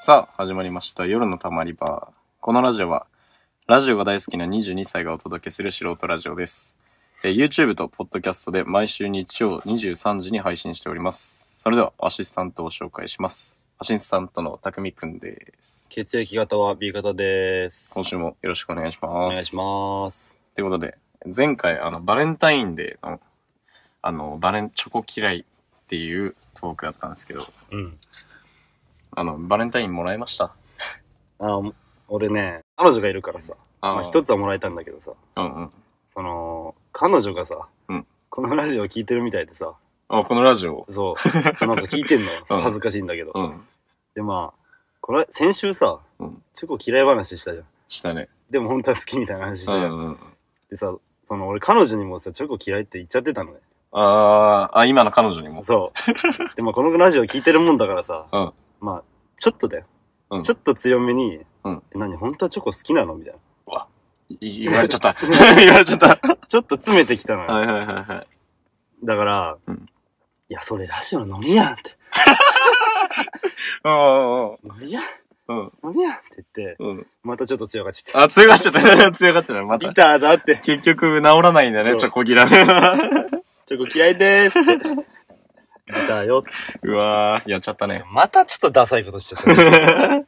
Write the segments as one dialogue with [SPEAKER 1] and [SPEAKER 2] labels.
[SPEAKER 1] さあ、始まりました。夜のたまり場。このラジオは、ラジオが大好きな22歳がお届けする素人ラジオです。えー YouTube と Podcast で毎週日曜23時に配信しております。それでは、アシスタントを紹介します。アシスタントのたくみくんです。
[SPEAKER 2] 血液型は B 型です。
[SPEAKER 1] 今週もよろしくお願いし
[SPEAKER 2] お
[SPEAKER 1] ます。
[SPEAKER 2] 願いします。
[SPEAKER 1] す。ということで、前回、あの、バレンタインデーの、あの、バレン、チョコ嫌いっていうトークだったんですけど、
[SPEAKER 2] うん。
[SPEAKER 1] あの、バレンタインもらいました。
[SPEAKER 2] あ俺ね、彼女がいるからさ、
[SPEAKER 1] あー
[SPEAKER 2] まあ一つはもらえたんだけどさ、
[SPEAKER 1] うんうん。
[SPEAKER 2] その、彼女がさ、
[SPEAKER 1] うん
[SPEAKER 2] このラジオ聞いてるみたいでさ、
[SPEAKER 1] あ、このラジオ。
[SPEAKER 2] そう、 そうなんか聞いてんのよ。
[SPEAKER 1] うん
[SPEAKER 2] 恥ずかしいんだけど。
[SPEAKER 1] うん。
[SPEAKER 2] で、まあ、これ、先週さ、
[SPEAKER 1] うん
[SPEAKER 2] チョコ嫌い話したじゃん。
[SPEAKER 1] したね。
[SPEAKER 2] でも本当は好きみたいな話したじゃん。
[SPEAKER 1] うん。
[SPEAKER 2] でさ、その俺彼女にもさ、チョコ嫌いって言っちゃってたのね。
[SPEAKER 1] あーあ、今の彼女にも。
[SPEAKER 2] そう。で、まあこのラジオ聞いてるもんだからさ、
[SPEAKER 1] うん
[SPEAKER 2] まあ、ちょっとだよ。
[SPEAKER 1] うん
[SPEAKER 2] ちょっと強めに、
[SPEAKER 1] うん
[SPEAKER 2] え何、本当はチョコ好きなのみたい
[SPEAKER 1] い言われちゃった。 言われちゃった。
[SPEAKER 2] な。ちょっと詰めてきたのよ。
[SPEAKER 1] はいはいはいはい。
[SPEAKER 2] だから、
[SPEAKER 1] うん
[SPEAKER 2] いや、それラジオのりやんって。
[SPEAKER 1] う
[SPEAKER 2] のりやん
[SPEAKER 1] んうん
[SPEAKER 2] のりやんって言って、
[SPEAKER 1] うん。うん。
[SPEAKER 2] またちょっと強がっちゃっ
[SPEAKER 1] あ、強がっちゃった。 強がっちゃった。ま
[SPEAKER 2] た。
[SPEAKER 1] た。
[SPEAKER 2] ビターだって、
[SPEAKER 1] 結局治らないんだ
[SPEAKER 2] そ
[SPEAKER 1] ね、
[SPEAKER 2] う
[SPEAKER 1] チョコギラ。
[SPEAKER 2] チョコ嫌いでーすって。ビターよって。
[SPEAKER 1] うわーやっちゃったね。
[SPEAKER 2] またちょっとダサいことしちゃった。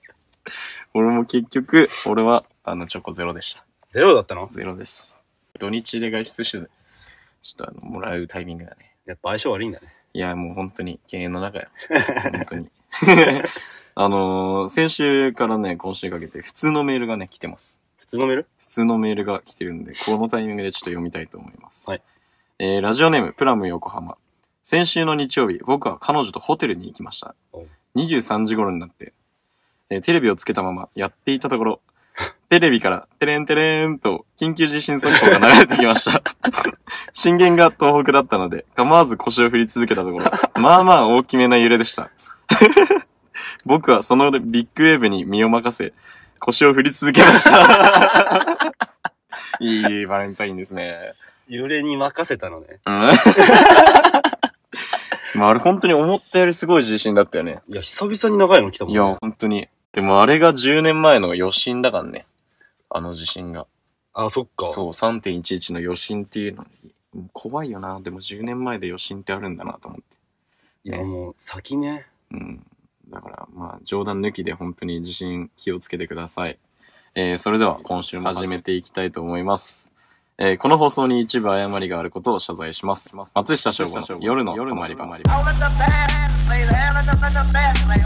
[SPEAKER 1] 俺も結局、俺は、あの、チョコゼロでした。
[SPEAKER 2] ゼロだったの
[SPEAKER 1] ゼロです。土日で外出して、ちょっとあの、もらうタイミングがね。
[SPEAKER 2] やっぱ相性悪いんだね。
[SPEAKER 1] いや、もう本当に、犬猿の中よ。本当 に。あのー、先週からね、今週にかけて、普通のメールがね、来てます。
[SPEAKER 2] 普通のメール
[SPEAKER 1] 普通のメールが来てるんで、このタイミングでちょっと読みたいと思います。
[SPEAKER 2] はい。
[SPEAKER 1] えー、ラジオネーム、プラム横浜。先週の日曜日、僕は彼女とホテルに行きました
[SPEAKER 2] お。
[SPEAKER 1] 23時頃になって、えーテレビをつけたままやっていたところ、テレビから、テレンテレーンと、緊急地震速報が流れてきました。震源が東北だったので、構わず腰を振り続けたところ、まあまあ大きめな揺れでした。僕はそのビッグウェーブに身を任せ、腰を振り続けました。いいバレンタインですね。
[SPEAKER 2] 揺れに任せたのね。
[SPEAKER 1] うん。 まああれ本当に思ったよりすごい地震だったよね。
[SPEAKER 2] いや、久々に長いの来たもん
[SPEAKER 1] い
[SPEAKER 2] ね。
[SPEAKER 1] や、本当に。でもあれが10年前の余震だからね。あの地震が。
[SPEAKER 2] あ、そっか。
[SPEAKER 1] そう、3.11の余震っていうのに。怖いよな。でも10年前で余震ってあるんだなと思って。
[SPEAKER 2] いや、もう、先ね。
[SPEAKER 1] うん。だから、まあ、冗談抜きで本当に地震気をつけてください。えー、それでは今週も始めていきたいと思います。えー、この放送に一部誤りがあることを謝罪します。松下翔吾の夜のたまり場。
[SPEAKER 3] All in the band, play there, and up in the band, play, play.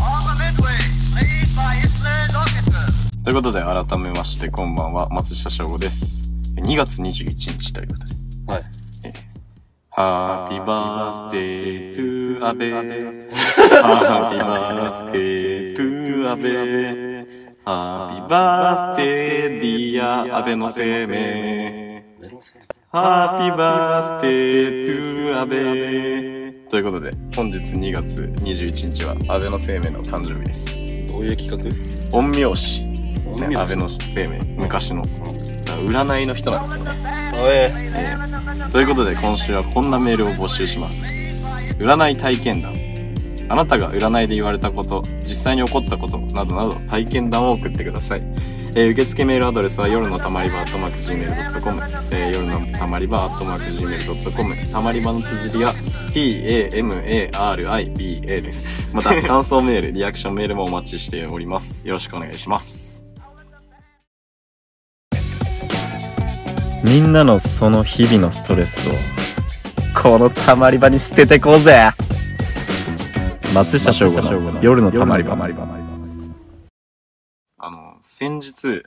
[SPEAKER 3] All the midway, played by Island Orchestra.
[SPEAKER 1] ということで、改めまして、こんばんは、松下翔吾です。2月21日ということで。
[SPEAKER 2] はい。
[SPEAKER 1] Happy birthday to Abe. Happy birthday to Abe. Happy birthday dear 安倍の生命。Happy birthday to 安 倍。ということで、本日2月21日は安倍の生命の誕生日です。
[SPEAKER 2] どういう企
[SPEAKER 1] 陰陽師。
[SPEAKER 2] 画
[SPEAKER 1] ね、安倍の生命。昔の。だから占いの人なんですよね。
[SPEAKER 2] おい。
[SPEAKER 1] えーということで今週はこんなメールを募集します占い体験談あなたが占いで言われたこと実際に起こったことなどなど体験談を送ってください、えー受付メールアドレスは夜のたまり場 at mark gmail.com、えー夜のたまり場 at mark gmail.com たまり場の綴りは tamarib ですま た感想メールリアクションメールもお待ちしておりますよろしくお願いしますみんなのその日々のストレスをこのたまり場に捨ててこうぜ松下翔吾の夜のたまり場あの先日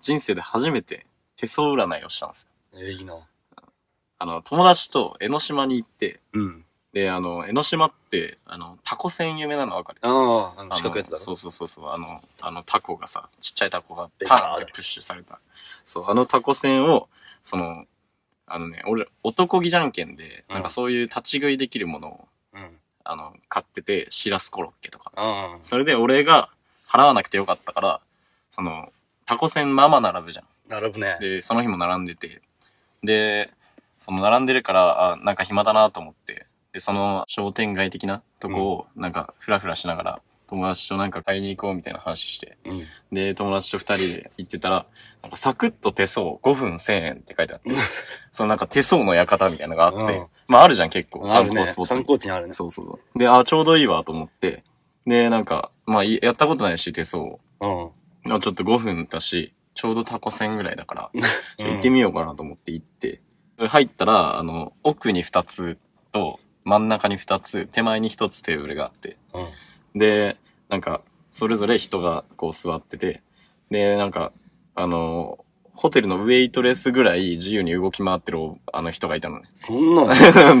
[SPEAKER 1] 人生で初めて手相占いをしたんですよ
[SPEAKER 2] えー、いいな。
[SPEAKER 1] あの友達と江ノ島に行って
[SPEAKER 2] うん。
[SPEAKER 1] であの江ノ島ってあのタコ船有名なの分かる
[SPEAKER 2] ああ、あの、
[SPEAKER 1] あの
[SPEAKER 2] 四角いやつだ
[SPEAKER 1] そ
[SPEAKER 2] ろ。
[SPEAKER 1] うそうそうそうあのあのタコがさちっちゃいタコが
[SPEAKER 2] で
[SPEAKER 1] パ
[SPEAKER 2] か
[SPEAKER 1] ーンっ
[SPEAKER 2] い
[SPEAKER 1] てプッシュされたそうあのタコ船をそのあのね俺男気じゃんけんで、
[SPEAKER 2] うん
[SPEAKER 1] なんかそういう立ち食いできるものを
[SPEAKER 2] うん。
[SPEAKER 1] あの買っててシラスコロッケとか
[SPEAKER 2] あ
[SPEAKER 1] それで俺が払わなくてよかったからそのタコ船まあまあ並ぶじゃん
[SPEAKER 2] あ、並ぶね。
[SPEAKER 1] でその日も並んでてでその並んでるからあなんか暇だなと思ってでその商店街的なとこをなんかフラフラしながら友達となんか買いに行こうみたいな話して。
[SPEAKER 2] うん。
[SPEAKER 1] で、友達と二人で行ってたら、なんかサクッと手相5分1000円って書いてあって、そのなんか手相の館みたいなのがあって、
[SPEAKER 2] うん
[SPEAKER 1] まああるじゃん結構、
[SPEAKER 2] あ
[SPEAKER 1] 観
[SPEAKER 2] る
[SPEAKER 1] 光
[SPEAKER 2] ね
[SPEAKER 1] スポット
[SPEAKER 2] 観
[SPEAKER 1] に。
[SPEAKER 2] 光地にあるね。
[SPEAKER 1] そうそうそう。で、あ、ちょうどいいわと思って、で、なんか、まあいやったことないし手相、
[SPEAKER 2] うん。
[SPEAKER 1] あちょっと5分だし、ちょうどタコ線ぐらいだから、ちょ
[SPEAKER 2] うん
[SPEAKER 1] 行ってみようかなと思って行って、それ入ったら、あの、奥に2つと、真ん中に2つ、手前に1つテーブルがあって、
[SPEAKER 2] うん。
[SPEAKER 1] で、なんか、それぞれ人がこう座ってて、で、なんか、あの、ホテルのウェイトレスぐらい自由に動き回ってるあの人がいたのね。
[SPEAKER 2] そんな の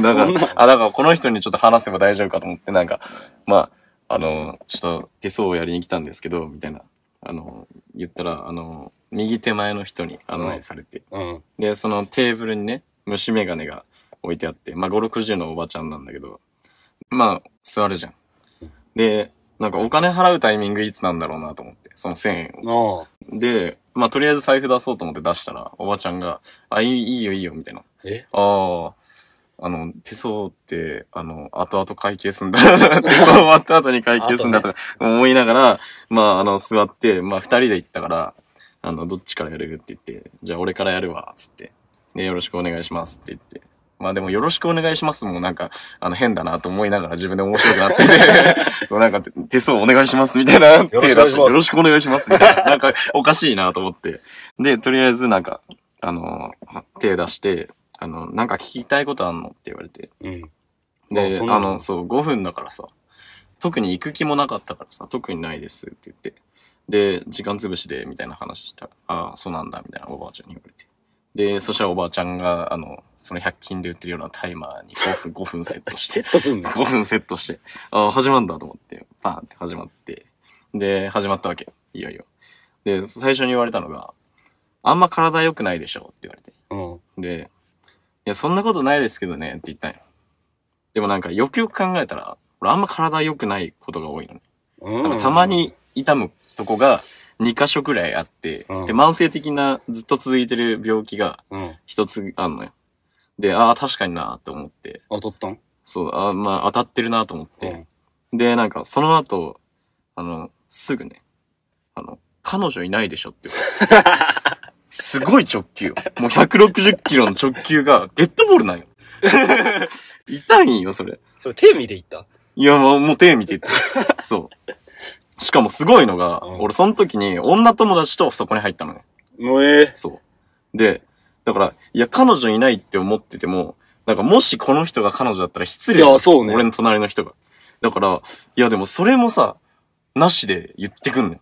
[SPEAKER 1] だから、あ、だ
[SPEAKER 2] そんな
[SPEAKER 1] からこの人にちょっと話せば大丈夫かと思って、なんか、まあ、あの、ちょっと手相をやりに来たんですけど、みたいな、あの、言ったら、あの、右手前の人に案内されて、
[SPEAKER 2] うん。
[SPEAKER 1] で、そのテーブルにね、虫眼鏡が置いてあって、まあ5、60のおばちゃんなんだけど、まあ、座るじゃん。で、なんかお金払うタイミングいつなんだろうなと思って、その1000円を。
[SPEAKER 2] ああ。
[SPEAKER 1] で、まあとりあえず財布出そうと思って出したら、おばちゃんが、あ、いいいいよいいよ、みたいな。
[SPEAKER 2] え
[SPEAKER 1] ああ、あの、手相って、あの、後々会計すんだ。 手相終わった後に会計すんだとか 思いながら、まあ、あの、座って、まあ、二人で行ったから、あの、どっちからやれるって言って、じゃあ俺からやるわ、つって。で、よろしくお願いしますって言って。まあでも、よろしくお願いしますもなんか、あの、変だなと思いながら自分で面白くなってて、 そう、なんか、手相お願いしますみたいな、手出
[SPEAKER 2] ろしくお願いし
[SPEAKER 1] し
[SPEAKER 2] ます
[SPEAKER 1] て、よろしくお願いしますみたいな、なんか、おかしいなと思って。で、とりあえず、なんか、あの、手出して、あの、なんか聞きたいことあんのって言われて。
[SPEAKER 2] うん。あ
[SPEAKER 1] で
[SPEAKER 2] そ、んな
[SPEAKER 1] あの、そう、5分だからさ、特に行く気もなかったからさ、特にないですって言って。で、時間潰しで、みたいな話したら、ああ、そうなんだ、みたいなおばあちゃんに言われて。で、そしたらおばあちゃんが、あの、その100均で売ってるようなタイマーに5分、5分 セットして
[SPEAKER 2] セ、ットすんの
[SPEAKER 1] 5分セットして、ああ、始まんだと思って、バーンって始まって、で、始まったわけ。いよいよ。で、最初に言われたのが、あんま体良くないでしょって言われて。
[SPEAKER 2] うん。
[SPEAKER 1] で、いや、そんなことないですけどね、って言ったんよ。でもなんか、よくよく考えたら、俺あんま体良くないことが多いのね。
[SPEAKER 2] うん
[SPEAKER 1] なんかたま。に痛むとこが2箇所くらいあって、
[SPEAKER 2] うん
[SPEAKER 1] で、慢性的なずっと続いてる病気が
[SPEAKER 2] うん。
[SPEAKER 1] 一つあんのよ。で、ああ、確かになーって思って、
[SPEAKER 2] 当たったん
[SPEAKER 1] そう、あーまあ当たってるなと思って、で、なんか、その後、あの、すぐね、あの、彼女いないでしょって言われて。すごい直球よ。もう160キロの直球が、デッドボールなんよ。痛いんよ、それ。
[SPEAKER 2] それ手見でいった
[SPEAKER 1] いや、もう、もう手見てって。そう。しかもすごいのが、
[SPEAKER 2] うん
[SPEAKER 1] 俺その時に女友達とそこに入ったのね。
[SPEAKER 2] もうええ。
[SPEAKER 1] そう。で、だから、いや、彼女いないって思ってても、なんかもしこの人が彼女だったら失礼なの
[SPEAKER 2] いやそうね
[SPEAKER 1] 俺の隣の人が。だから、いやでもそれもさ、なしで言ってくんねん。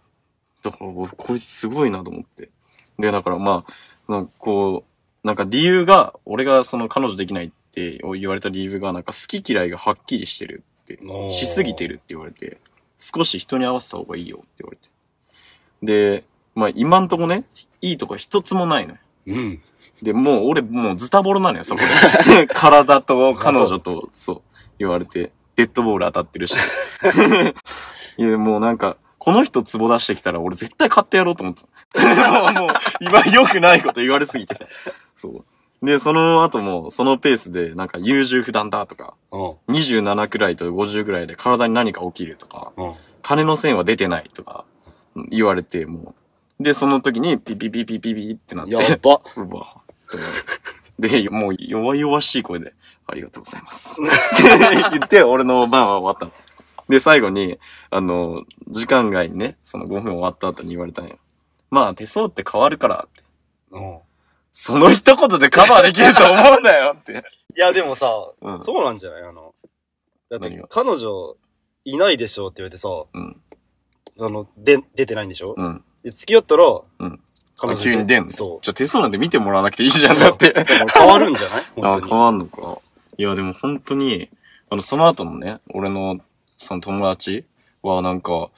[SPEAKER 1] だから、おこいつすごいなと思って。で、だからまあ、なんかこう、なんか理由が、俺がその彼女できないって言われた理由が、なんか好き嫌いがはっきりしてるって
[SPEAKER 2] おー、
[SPEAKER 1] しすぎてるって言われて、少し人に合わせた方がいいよって言われて。で、まあ今んとこね、いいとこ一つもないのよ。
[SPEAKER 2] うん。
[SPEAKER 1] で、もう俺、もうズタボロなのよ、そこで。体と彼女と、そう、言われて、デッドボール当たってるし。いや、もうなんか、この人ツボ出してきたら俺絶対買ってやろうと思ってた。もう、今良くないこと言われすぎてさ。 そう。で、その後も、そのペースで、なんか、優柔不断だとか、
[SPEAKER 2] うん。
[SPEAKER 1] 27くらいと50くらいで体に何か起きるとか、
[SPEAKER 2] うん。
[SPEAKER 1] 金の線は出てないとか、言われて、もう。で、その時に、ピピピピピピってなって。
[SPEAKER 2] やば。
[SPEAKER 1] うわ、と思ってで、もう弱々しい声で、ありがとうござい ます。って言って、俺の番は終わったの。で、最後に、あの、時間外にね、その5分終わった後に言われたんよ。まあ、手相って変わるからって。
[SPEAKER 2] うん。
[SPEAKER 1] その一言でカバーできると思うなよって。
[SPEAKER 2] いや、でもさ、
[SPEAKER 1] うん
[SPEAKER 2] そうなんじゃないあの、だって
[SPEAKER 1] 何が、
[SPEAKER 2] 彼女、いないでしょうって言われてさ、
[SPEAKER 1] うん。
[SPEAKER 2] あの、で、出てないんでしょ
[SPEAKER 1] うん。
[SPEAKER 2] で付き合ったら、
[SPEAKER 1] うん。
[SPEAKER 2] 彼女
[SPEAKER 1] 急に出んの
[SPEAKER 2] そ
[SPEAKER 1] じゃあ手相なんて見てもらわなくていいじゃんだ って。
[SPEAKER 2] う。だから変わるんじゃない
[SPEAKER 1] あ、
[SPEAKER 2] 本当
[SPEAKER 1] 変
[SPEAKER 2] に。
[SPEAKER 1] わんのか。いや、でも本当に、あの、その後のね、俺の、その友達はなんか、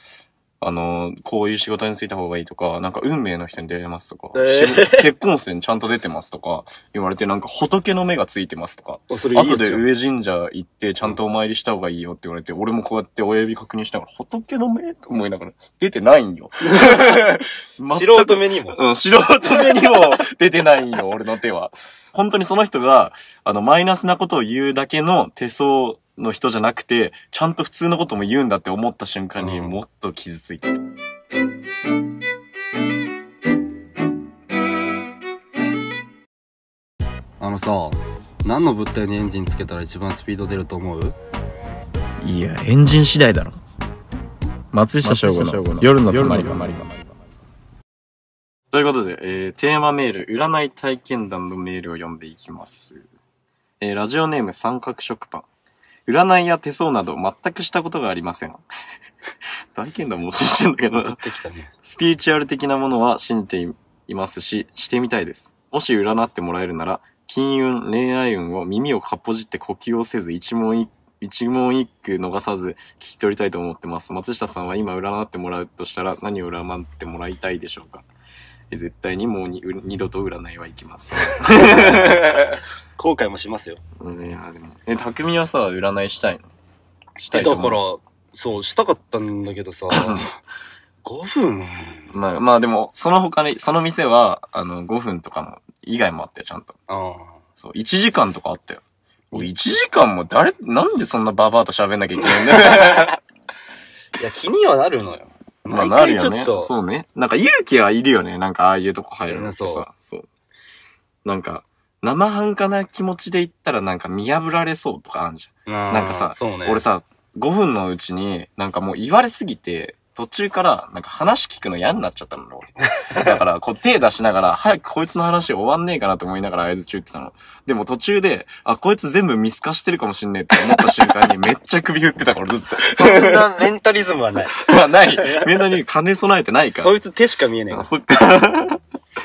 [SPEAKER 1] あの、こういう仕事に就いた方がいいとか、なんか運命の人に出会えますとか、
[SPEAKER 2] えー
[SPEAKER 1] し結婚生にちゃんと出てますとか、言われてなんか仏の目がついてますとか、
[SPEAKER 2] あそれいい
[SPEAKER 1] 後
[SPEAKER 2] です
[SPEAKER 1] で
[SPEAKER 2] よ。
[SPEAKER 1] 上神社行ってちゃんとお参りした方がいいよって言われて、俺もこうやって親指確認しながら、仏の目と思いながら、出てないん よ。全く
[SPEAKER 2] 素人目にも。
[SPEAKER 1] うん、素人目にも出てないよ、俺の手は。本当にその人が、あの、マイナスなことを言うだけの手相の人じゃなくて、ちゃんと普通のことも言うんだって思った瞬間に
[SPEAKER 2] うん
[SPEAKER 1] もっと傷ついた。
[SPEAKER 4] あのさ何の物体にエンジンつけたら一番スピード出ると思う
[SPEAKER 5] いや、エンジン次第だろ。松下翔吾の夜のたまり場。
[SPEAKER 1] ということで、えー、テーマメール、占い体験談のメールを読んでいきます。えー、ラジオネーム三角食パン。占いや手相など全くしたことがありません。 体験談も募集してんだけどな。
[SPEAKER 4] できたね
[SPEAKER 1] スピリチュアル的なものは信じていますし、してみたいです。もし占ってもらえるなら、金運、恋愛運を耳をかっぽじって呼吸をせず一問一一問一句逃さず聞き取りたいと思ってます。松下さんは今占ってもらうとしたら何を占ってもらいたいでしょうかえ絶対にもうに二度と占いはいきます。
[SPEAKER 2] 後悔もしますよ。
[SPEAKER 1] うん、いやでもえ、匠はさ、占いしたいのした
[SPEAKER 4] え
[SPEAKER 1] いと
[SPEAKER 4] だ
[SPEAKER 1] 思
[SPEAKER 4] か
[SPEAKER 1] う
[SPEAKER 4] らそうしたかったんだけどさ5分
[SPEAKER 1] まあ、まあでも、その他に、その店は、あの、5分とかも、以外もあったよ、ちゃんと。
[SPEAKER 4] あ
[SPEAKER 1] そう、1時間とかあったよ。おい1時間も誰、なんでそんなババアと喋んなきゃいけない んだよ。
[SPEAKER 4] あいや気にはなるのよ
[SPEAKER 1] まあ
[SPEAKER 4] 毎
[SPEAKER 1] な
[SPEAKER 4] 回
[SPEAKER 1] る
[SPEAKER 4] ち
[SPEAKER 1] よ
[SPEAKER 4] ょ
[SPEAKER 1] ね
[SPEAKER 4] っと。
[SPEAKER 1] そうね。なんか勇気はいるよね。なんかああいうとこ入るのって
[SPEAKER 4] うんそう
[SPEAKER 1] さ。そう。なんか、生半可な気持ちで言ったらなんか見破られそうとかあるじゃん。
[SPEAKER 4] な
[SPEAKER 1] なんかさ、
[SPEAKER 4] そうね
[SPEAKER 1] 俺さ、5分のうちになんかもう言われすぎて、途中からなんか話聞くの嫌になっちゃったのね俺。だから、こう手出しながら、早くこいつの話終わんねえかなと思いながら合図中言ってたの。でも途中で、あ、こいつ全部見透かしてるかもしんねえって思った瞬間にめっちゃ首振ってたからずっと。
[SPEAKER 4] そんなメンタリズムはない
[SPEAKER 1] まあない。みんなに金備えてないから
[SPEAKER 2] そ。いつ手しか見えねえか
[SPEAKER 1] あ
[SPEAKER 2] ら。
[SPEAKER 1] そっか。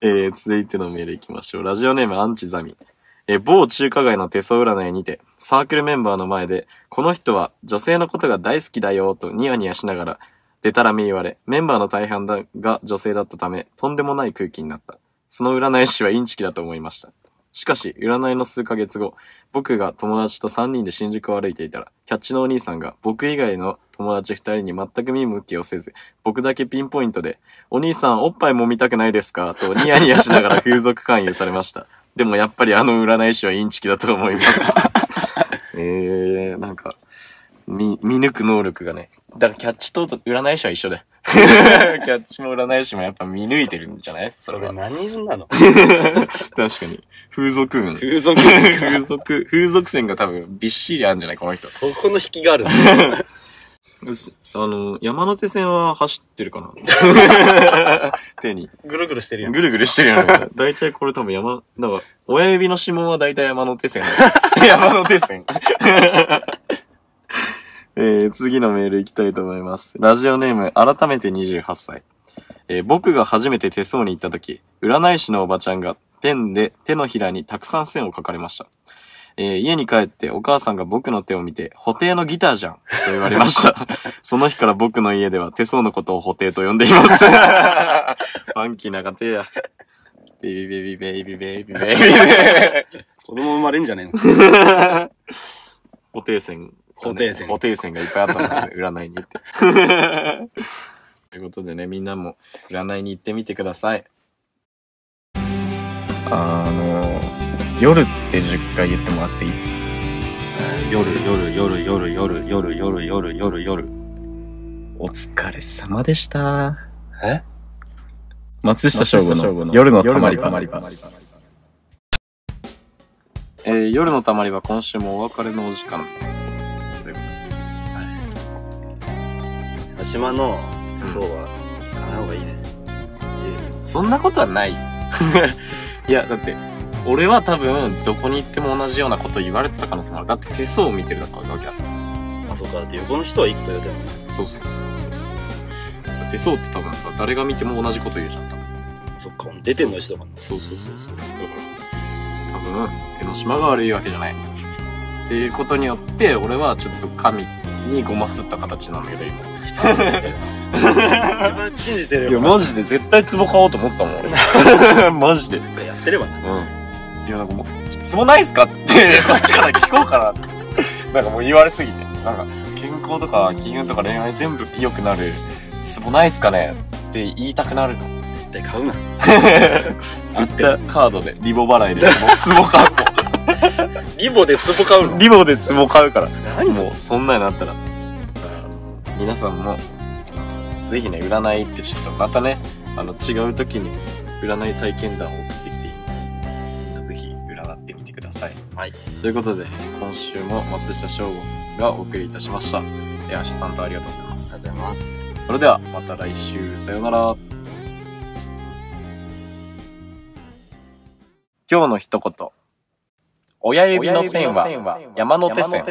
[SPEAKER 1] えー、続いてのメールいきましょう。ラジオネームアンチザミ。えー、某中華街の手相占いにて、サークルメンバーの前で、この人は女性のことが大好きだよとニヤニヤしながら、でたらめ言われ、メンバーの大半だが女性だったため、とんでもない空気になった。その占い師はインチキだと思いました。しかし、占いの数ヶ月後、僕が友達と3人で新宿を歩いていたら、キャッチのお兄さんが僕以外の友達2人に全く見向きをせず、僕だけピンポイントで、お兄さんおっぱい揉みたくないですかとニヤニヤしながら 風俗勧誘されました。でもやっぱりあの占い師はインチキだと思 います。えー、なんか、見、見抜く能力がね。だからキャッチと占い師は一緒だよ。 キャッチも占い師もやっぱ見抜いてるんじゃないそ
[SPEAKER 4] そ
[SPEAKER 1] れ
[SPEAKER 4] れ
[SPEAKER 1] は。
[SPEAKER 4] 何分なの
[SPEAKER 1] 確かに。風俗運。
[SPEAKER 2] 風俗
[SPEAKER 1] 風俗、風俗線が多分びっしりあるんじゃないこの人。
[SPEAKER 4] そ この引きがあるの
[SPEAKER 1] あの、山手線は走ってるかな 手に。
[SPEAKER 4] ぐるぐるしてるやん
[SPEAKER 1] ぐるぐるしてるよ ね。大体これ多分山、なんか、親指の指紋は大体山手 線だよ。山手線。 えー、次のメールいきたいと思います。ラジオネーム、改めて28歳。えー僕が初めて手相に行った時、占い師のおばちゃんがペンで手のひらにたくさん線を描かれました。えー家に帰ってお母さんが僕の手を見て、補定のギターじゃんと言われま した。その日から僕の家では手相のことを補定と呼んでいます。ファンキーな家庭や。ベイビーベイビーベイビーベイビーベイビー。
[SPEAKER 2] 子供生まれんじゃねえの
[SPEAKER 1] 固定線がね、
[SPEAKER 2] 固定線
[SPEAKER 1] 固定線がいっぱいあったので、占いに行って。ということでね、みんなも占いに行ってみてください。あの、夜って10回言ってもらっていい
[SPEAKER 4] 夜夜夜夜夜夜夜夜夜夜
[SPEAKER 1] お疲れ様でした。
[SPEAKER 4] え
[SPEAKER 5] 松下翔吾の夜
[SPEAKER 1] 夜
[SPEAKER 5] の
[SPEAKER 1] の
[SPEAKER 5] た
[SPEAKER 1] た
[SPEAKER 5] ま
[SPEAKER 1] ま
[SPEAKER 5] り
[SPEAKER 1] り
[SPEAKER 5] 場
[SPEAKER 1] 場。えー夜のたまりは今週もお別れのお時間です。ということで
[SPEAKER 2] 島の手相は、行かない方がいいね。
[SPEAKER 1] そんなことはない。 いや、だって、俺は多分、どこに行っても同じようなこと言われてた可能性もある。だって手相を見てるだからわけだ。
[SPEAKER 2] あ、そうか。だって横の人は一個予定なのね。
[SPEAKER 1] そうそうそうそうそう。手相って多分さ、誰が見ても同じこと言うじゃん、多分。
[SPEAKER 2] そっか。出てんの人だからね。
[SPEAKER 1] そうそうそう そう。だから、多分、江ノ島が悪いわけじゃない。っていうことによって、俺はちょっと神にごますった形なんだけど、今。
[SPEAKER 2] 一番信じてるよ。一番信じてる
[SPEAKER 1] いや、
[SPEAKER 2] よ。
[SPEAKER 1] マジで絶対壺買おうと思ったもん、俺。 マジで。うん。い
[SPEAKER 2] やってればな。
[SPEAKER 1] や、なんかもう、壺ないっすかって、こっちから聞こうか な。なんかもう言われすぎて。なんか、健康とか金運とか恋愛全部良くなる、壺ないっすかねって言いたくなるの。
[SPEAKER 2] 絶対買うな。
[SPEAKER 1] ツイッターカードで、リボ払いで、もう壺買うもん。
[SPEAKER 2] リボで壺買う の
[SPEAKER 1] リボで壺買うから。もう、そんなになったら。皆さんも、ぜひね、占いってちょっとまたね、あの、違う時に占い体験談を送ってきて、みんなぜひ占ってみてください。
[SPEAKER 4] はい。
[SPEAKER 1] ということで、今週も松下翔吾がお送りいたしました。え、アシさんとありがとうございます。
[SPEAKER 4] りがとうございます。
[SPEAKER 1] それでは、また来週、さようなら。今日の一言。親指の線は山手線。